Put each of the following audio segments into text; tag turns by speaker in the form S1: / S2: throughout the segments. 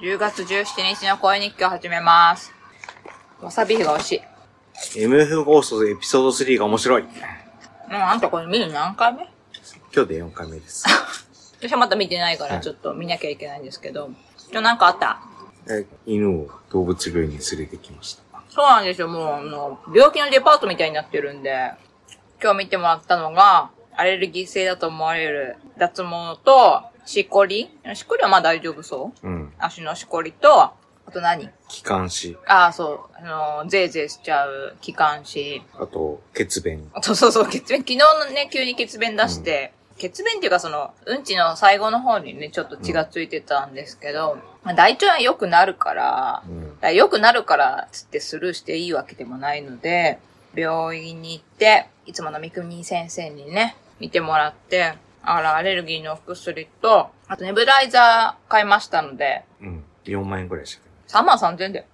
S1: 10月17日の声日記を始めます。わさビーフが美味しい。
S2: MF ゴーストエピソード3が面白い。
S1: もうあんたこれ見るの何回目
S2: 今日で4回目です。
S1: 私はまだ見てないからちょっと見なきゃいけないんですけど。今日なんかあった
S2: え犬を動物病院に連れてきました。
S1: そうなんですよ。もう、あの、病気のデパートみたいになってるんで、今日見てもらったのが、アレルギー性だと思われる脱毛と、しこりしこりはまあ大丈夫そう
S2: うん。
S1: 足のしこりと、あと何
S2: 気管支、
S1: ああ、そう。あの、ぜいぜいしちゃう気管支。
S2: あと、血便。
S1: そうそうそう、血便、昨日のね、急に血便出して、血便っていうかその、うんちの最後の方にね、ちょっと血がついてたんですけど、まあ、大腸は良くなるから、
S2: うん
S1: だ。から良くなるからつってスルーしていいわけでもないので、病院に行って、いつもの三國先生にね、見てもらって、あら、アレルギーのお薬と、あとネブライザー買いましたので、
S2: うん。4万円くらいしたけ
S1: 3万3千だよ。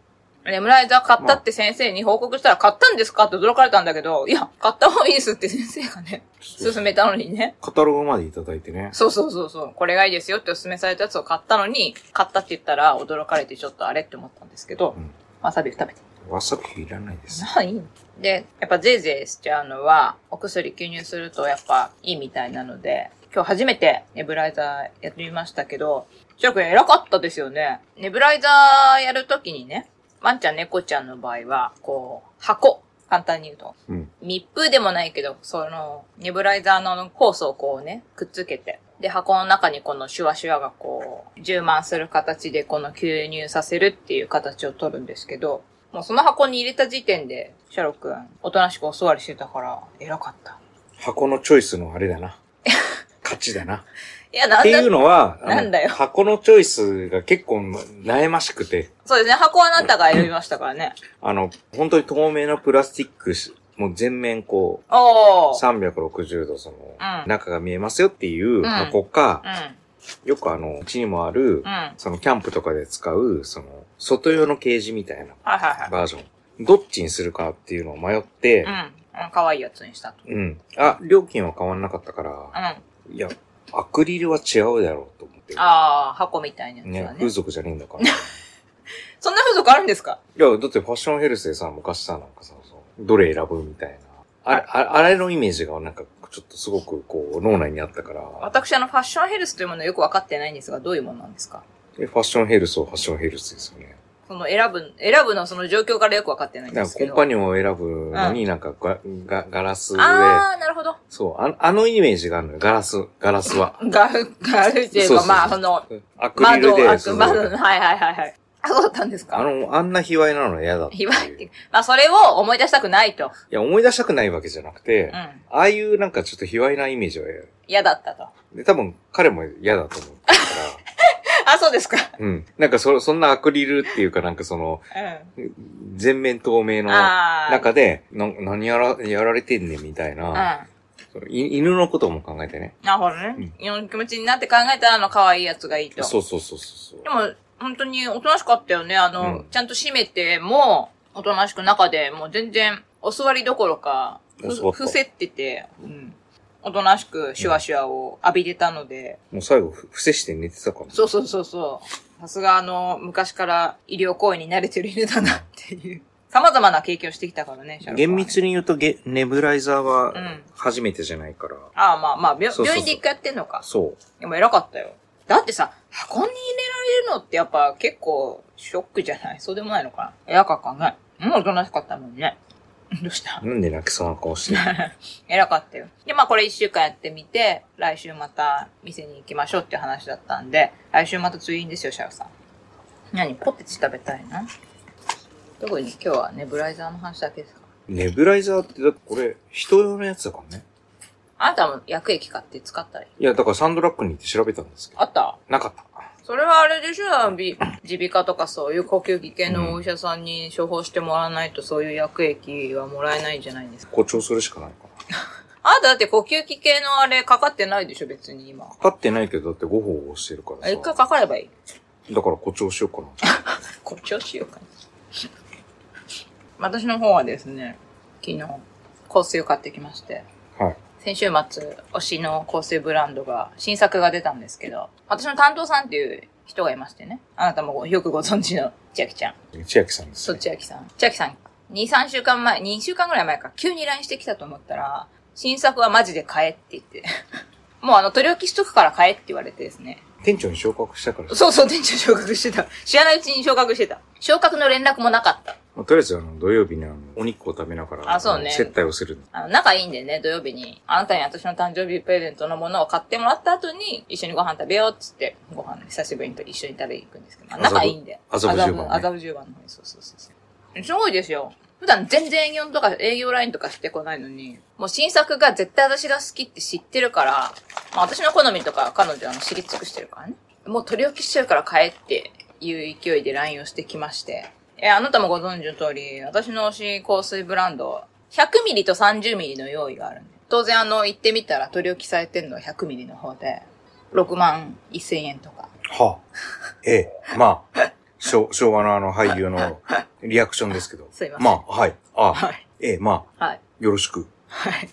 S1: ネブライザー買ったって先生に報告したら、買ったんですかって驚かれたんだけど、いや、買った方がいいですって先生がね、
S2: そう
S1: 勧めたのにね。
S2: ど。カタログまでいただいてね。
S1: そうそうそうそう、これがいいですよってお勧めされたやつを買ったのに、買ったって言ったら驚かれてちょっとあれって思ったんですけど
S2: う、ん。
S1: わさび食べて。
S2: わさびいらないです。
S1: まあいいので、やっぱゼーゼーしちゃうのは、お薬吸入するとやっぱいいみたいなので、今日初めてネブライザーやりましたけど、翔くん偉かったですよね。ネブライザーやるときにね、ワンちゃん猫ちゃんの場合は、こう、箱。簡単に言うと。
S2: うん。
S1: 密封でもないけど、その、ネブライザーのコースをこうね、くっつけて。で、箱の中にこのシュワシュワがこう、充満する形でこの吸入させるっていう形を取るんですけど、もうその箱に入れた時点で、シャロ君、おとなしくお座りしてたから、偉かった。
S2: 箱のチョイスのあれ だな。勝ちだな。
S1: いや、な
S2: っ
S1: ん
S2: ていう
S1: だ、
S2: のは、あの
S1: なんだよ
S2: 箱のチョイスが結構悩ましくて、
S1: そうですね、箱はあなたが選びましたからね。
S2: あの、本当に透明のプラスチックし、もう全面こう、
S1: おー。
S2: 360度その、
S1: うん
S2: 中が見えますよっていう箱か、
S1: う
S2: よくあの、うちにもある、
S1: ん、うん。はい
S2: そのキャンプとかで使う、その、外用のケージみたいな
S1: はいは
S2: バージョン。どっちにするかっていうのを迷って
S1: い。う、ん。うん、可愛いやつにしたと。
S2: うん、あ、料金は変わんなかったか
S1: うん。
S2: ら、
S1: あ
S2: いや、アクリルは違うだろうと思って。
S1: あー、箱みたいなやつ
S2: ね
S1: は、ね。
S2: 風俗じゃねえんだから。
S1: そんな風俗あるんですか
S2: いや、だってファッションヘルスでさ、昔さ、なんかさ、そのどれ選ぶみたいな。あれ、ああれのイメージがなんか、ちょっとすごくこう、脳内にあったから、
S1: 私、あの、ファッションヘルスというものをよく分かってないんですが、どういうものなんですか
S2: でファッションヘルスをファッションヘルスですよね。
S1: その、選ぶ、選ぶのその状況からよく分かってないん
S2: な
S1: で
S2: ん
S1: す
S2: かコ
S1: け
S2: ン
S1: ど。
S2: パニオンを選ぶのになんかガ,、ガガラスで、
S1: ああ、なるほど。
S2: そうあの、あのイメージがあるのよ、ガラス、ガラスは。
S1: ガル、ガルっていう
S2: そうそ
S1: か、
S2: うそう
S1: まあ、その、
S2: アクリル
S1: 窓、
S2: で、
S1: あ
S2: そ
S1: く
S2: う
S1: 窓の、はいはいはいはい。あ、そうだったんです
S2: あ
S1: か
S2: の、あんな卑猥なのは嫌だって
S1: ひ
S2: いう。
S1: ばいって。まあ、それを思い出したくないと。
S2: いや、思い出したくないわけじゃなくて、
S1: う
S2: あ
S1: ん。
S2: あいうなんかちょっと卑猥なイメージは嫌だ。
S1: 嫌だったと。
S2: で、多分彼も嫌だと思ってるから。
S1: あ、そうですか。
S2: うん。なんかそ、そんなアクリルっていうかなんかその、
S1: う
S2: 全面透明
S1: ん。
S2: の
S1: ああ。
S2: 中で、な何やら、やられてんねんみたい
S1: うん。
S2: な、
S1: な
S2: そのい犬のことも考えてね。
S1: るほど
S2: うん
S1: ね。今の気持ちになって考えたら、あの、可愛いやつがいいと。
S2: そうそうそうそう
S1: で。も、本当におとなしかったよね。あの、
S2: うん
S1: ちゃんと閉めても、おとなしく中でもう全然、お座りどころか、ふ
S2: お座った
S1: 伏せってて、うん。おとなしくシュワシュワを浴びれたので、
S2: もう最後、ふ伏せして寝てたから。
S1: そうそうそうそう。さすがあの、昔から医療行為に慣れてる犬だなって いう。様々な経験をしてきたからね、シャークは
S2: 厳密に言うとゲ、ネブライザー
S1: う
S2: は
S1: ん、
S2: 初めてじゃないから。
S1: ああ、まあまあ、病
S2: そうそうそう
S1: 病院で一回やってんのか。
S2: そう。
S1: でも偉かったよ。だってさ、箱に入れられるのってやっぱ結構ショックじゃないそうでもないのかな偉かったね。もうおとなしかったもんね。 どうした
S2: なんで泣きそうな顔してる
S1: 偉かったよ。で、まあこれ一週間やってみて、来週また店に行きましょうっていう話だったんで、来週また通院ですよ、シャークさん。何ポテチ食べたいな特に今日はネブライザーの話だけですか
S2: ネブライザーって、だってこれ、人用のやつだからね。
S1: あなたも薬液買って使ったらいい。
S2: いや、だからサンドラッグに行って調べたんですけど、
S1: あった
S2: なかった。
S1: それはあれでしょび 耳鼻科とかそういう呼吸器系のお医者さんに処方してもらわないとそういう薬液はもらえないんじゃないですか。
S2: 誇張するしかないかな。
S1: あなただって呼吸器系のあれかかってないでしょ別に今。
S2: かかってないけど、だって5本押してるから
S1: あ一回
S2: さ。
S1: かかればいい。
S2: だから誇張しようかな。
S1: 誇張しようかな。私の方はですね、昨日香水を買ってきまして。
S2: はい。
S1: 先週末、推しの香水ブランドが、新作が出たんですけど、私の担当さんっていう人がいましてね。あなたもよくご存知の千秋ちゃん。
S2: 千秋さんです、
S1: そう、
S2: ね。
S1: 千秋さん。千秋さん、2、3週間前、2週間ぐらい前か、急に LINE してきたと思ったら、新作はマジで買えって言って。 もうあの、取り置きしとくから買えって言われてですね。
S2: 店長に昇格したから、
S1: そうそう、店長昇格してた。知らないうちに昇格してた。昇格の連絡もなかった。
S2: まあとりあえずあの土曜日にあのお肉を食べながら
S1: あそうね
S2: の接待をするんで
S1: あの、仲いいんでね、土曜日に、あなたに私の誕生日プレゼントのものを買ってもらった後に、一緒にご飯食べようっつって、ご飯久しぶりにと一緒に食べに行くんですけど、まあ仲いいんで。
S2: 麻布
S1: 麻
S2: 麻
S1: 布
S2: 布十番ね
S1: 麻布十番の方に、そうそうそうそう。すごいですよ。普段全然営業とか、営業ラインとかしてこないのに、もう新作が絶対私が好きって知ってるから、まあ私の好みとか彼女はあの知り尽くしてるからね。もう取り置きしてるから帰っていう勢いで LINE をしてきまして。えーあなたもご存知の通り、私の推し香水ブランド、100ミリと30ミリの用意があるんで。当然あの、行ってみたら取り置きされてるのは100ミリの方で、6万1000円とか。
S2: はあ、ええ、まあ、昭昭和のあの俳優のリアクションですけど。
S1: すいません
S2: まあ、はい。ああ、
S1: はい。
S2: ええ、まあ、
S1: はい。
S2: よろしく。
S1: はい。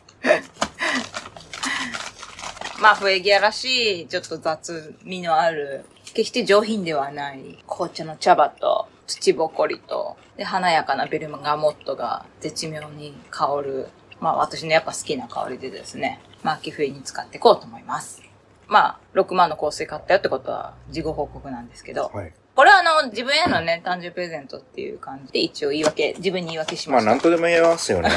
S1: まあ、笛ギャらしい、ちょっと雑味のある、決して上品ではない、紅茶の茶葉と、土ぼこりと、で、華やかなベルガモットが絶妙に香る、まあ私のやっぱ好きな香りでですね、まあ秋冬に使っていこうと思います。まあ、6万の香水買ったよってことは、事後報告なんですけど、
S2: はい。
S1: これはあの、自分へのね、誕生日プレゼントっていう感じで一応言い訳、自分に言い訳し
S2: ま
S1: ま
S2: あ、
S1: した。
S2: なんとでも言えま すよね。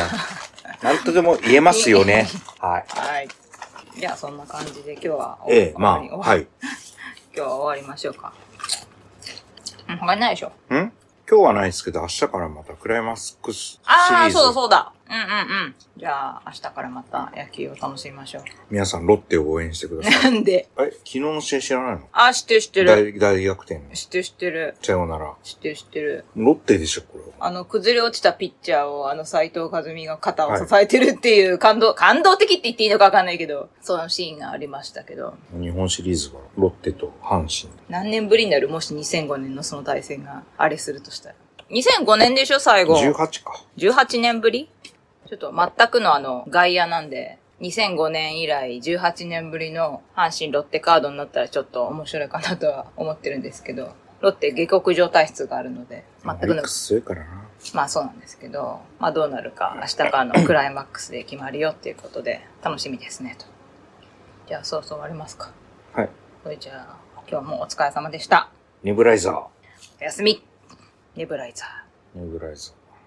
S2: なんとでも言えますよね。はい。
S1: はい。じゃあそんな感じで今日は
S2: ええ、ま
S1: 終
S2: あ、
S1: わ
S2: は
S1: り
S2: い。
S1: 今日は終わりましょうか。うん、他にないでしょ。
S2: ん今日はないですけど、明日からまたクライマックスシリ
S1: あ
S2: ー
S1: あ、
S2: ズ。
S1: そうだそうだ。うんうんうん。じゃあ明日からまた野球を楽しみましょう。
S2: 皆さん、ロッテを応援してくだ さい。
S1: なんで
S2: え、昨日の試合知らないの
S1: あー、知ってる知ってる。
S2: 大大逆転の。
S1: 知ってる知ってる。
S2: さようなら。
S1: 知ってる知ってる。
S2: ロッテでしょ、これは。
S1: あの、崩れ落ちたピッチャーを、あの、斎藤和美が肩を支えてるっていう感動、感動的って言っていいのかわかんないけど、そのシーンがありましたけど、
S2: 日本シリーズはロッテと阪神。
S1: 何年ぶりになるもし2005年のその対戦があれするとしたら。2005年でしょ、最後。
S2: 18か。
S1: 18年ぶりちょっと全くのあの、外野なんで、2005年以来18年ぶりの阪神ロッテカードになったらちょっと面白いかなとは思ってるんですけど、ロッテ下克上体質があるので、全
S2: オ
S1: く
S2: リッ
S1: の
S2: ク、ス強いからな。
S1: まあそうなんですけど、まあどうなるか明日からのクライマックスで決まるよっていうことで、楽しみですねと。じゃあそろそろ終わりますか。
S2: はい。
S1: それじゃあ、今日もお疲れ様でした。
S2: ネブライザ
S1: おやすみ。ネブライザー。
S2: ー。ネブライザー。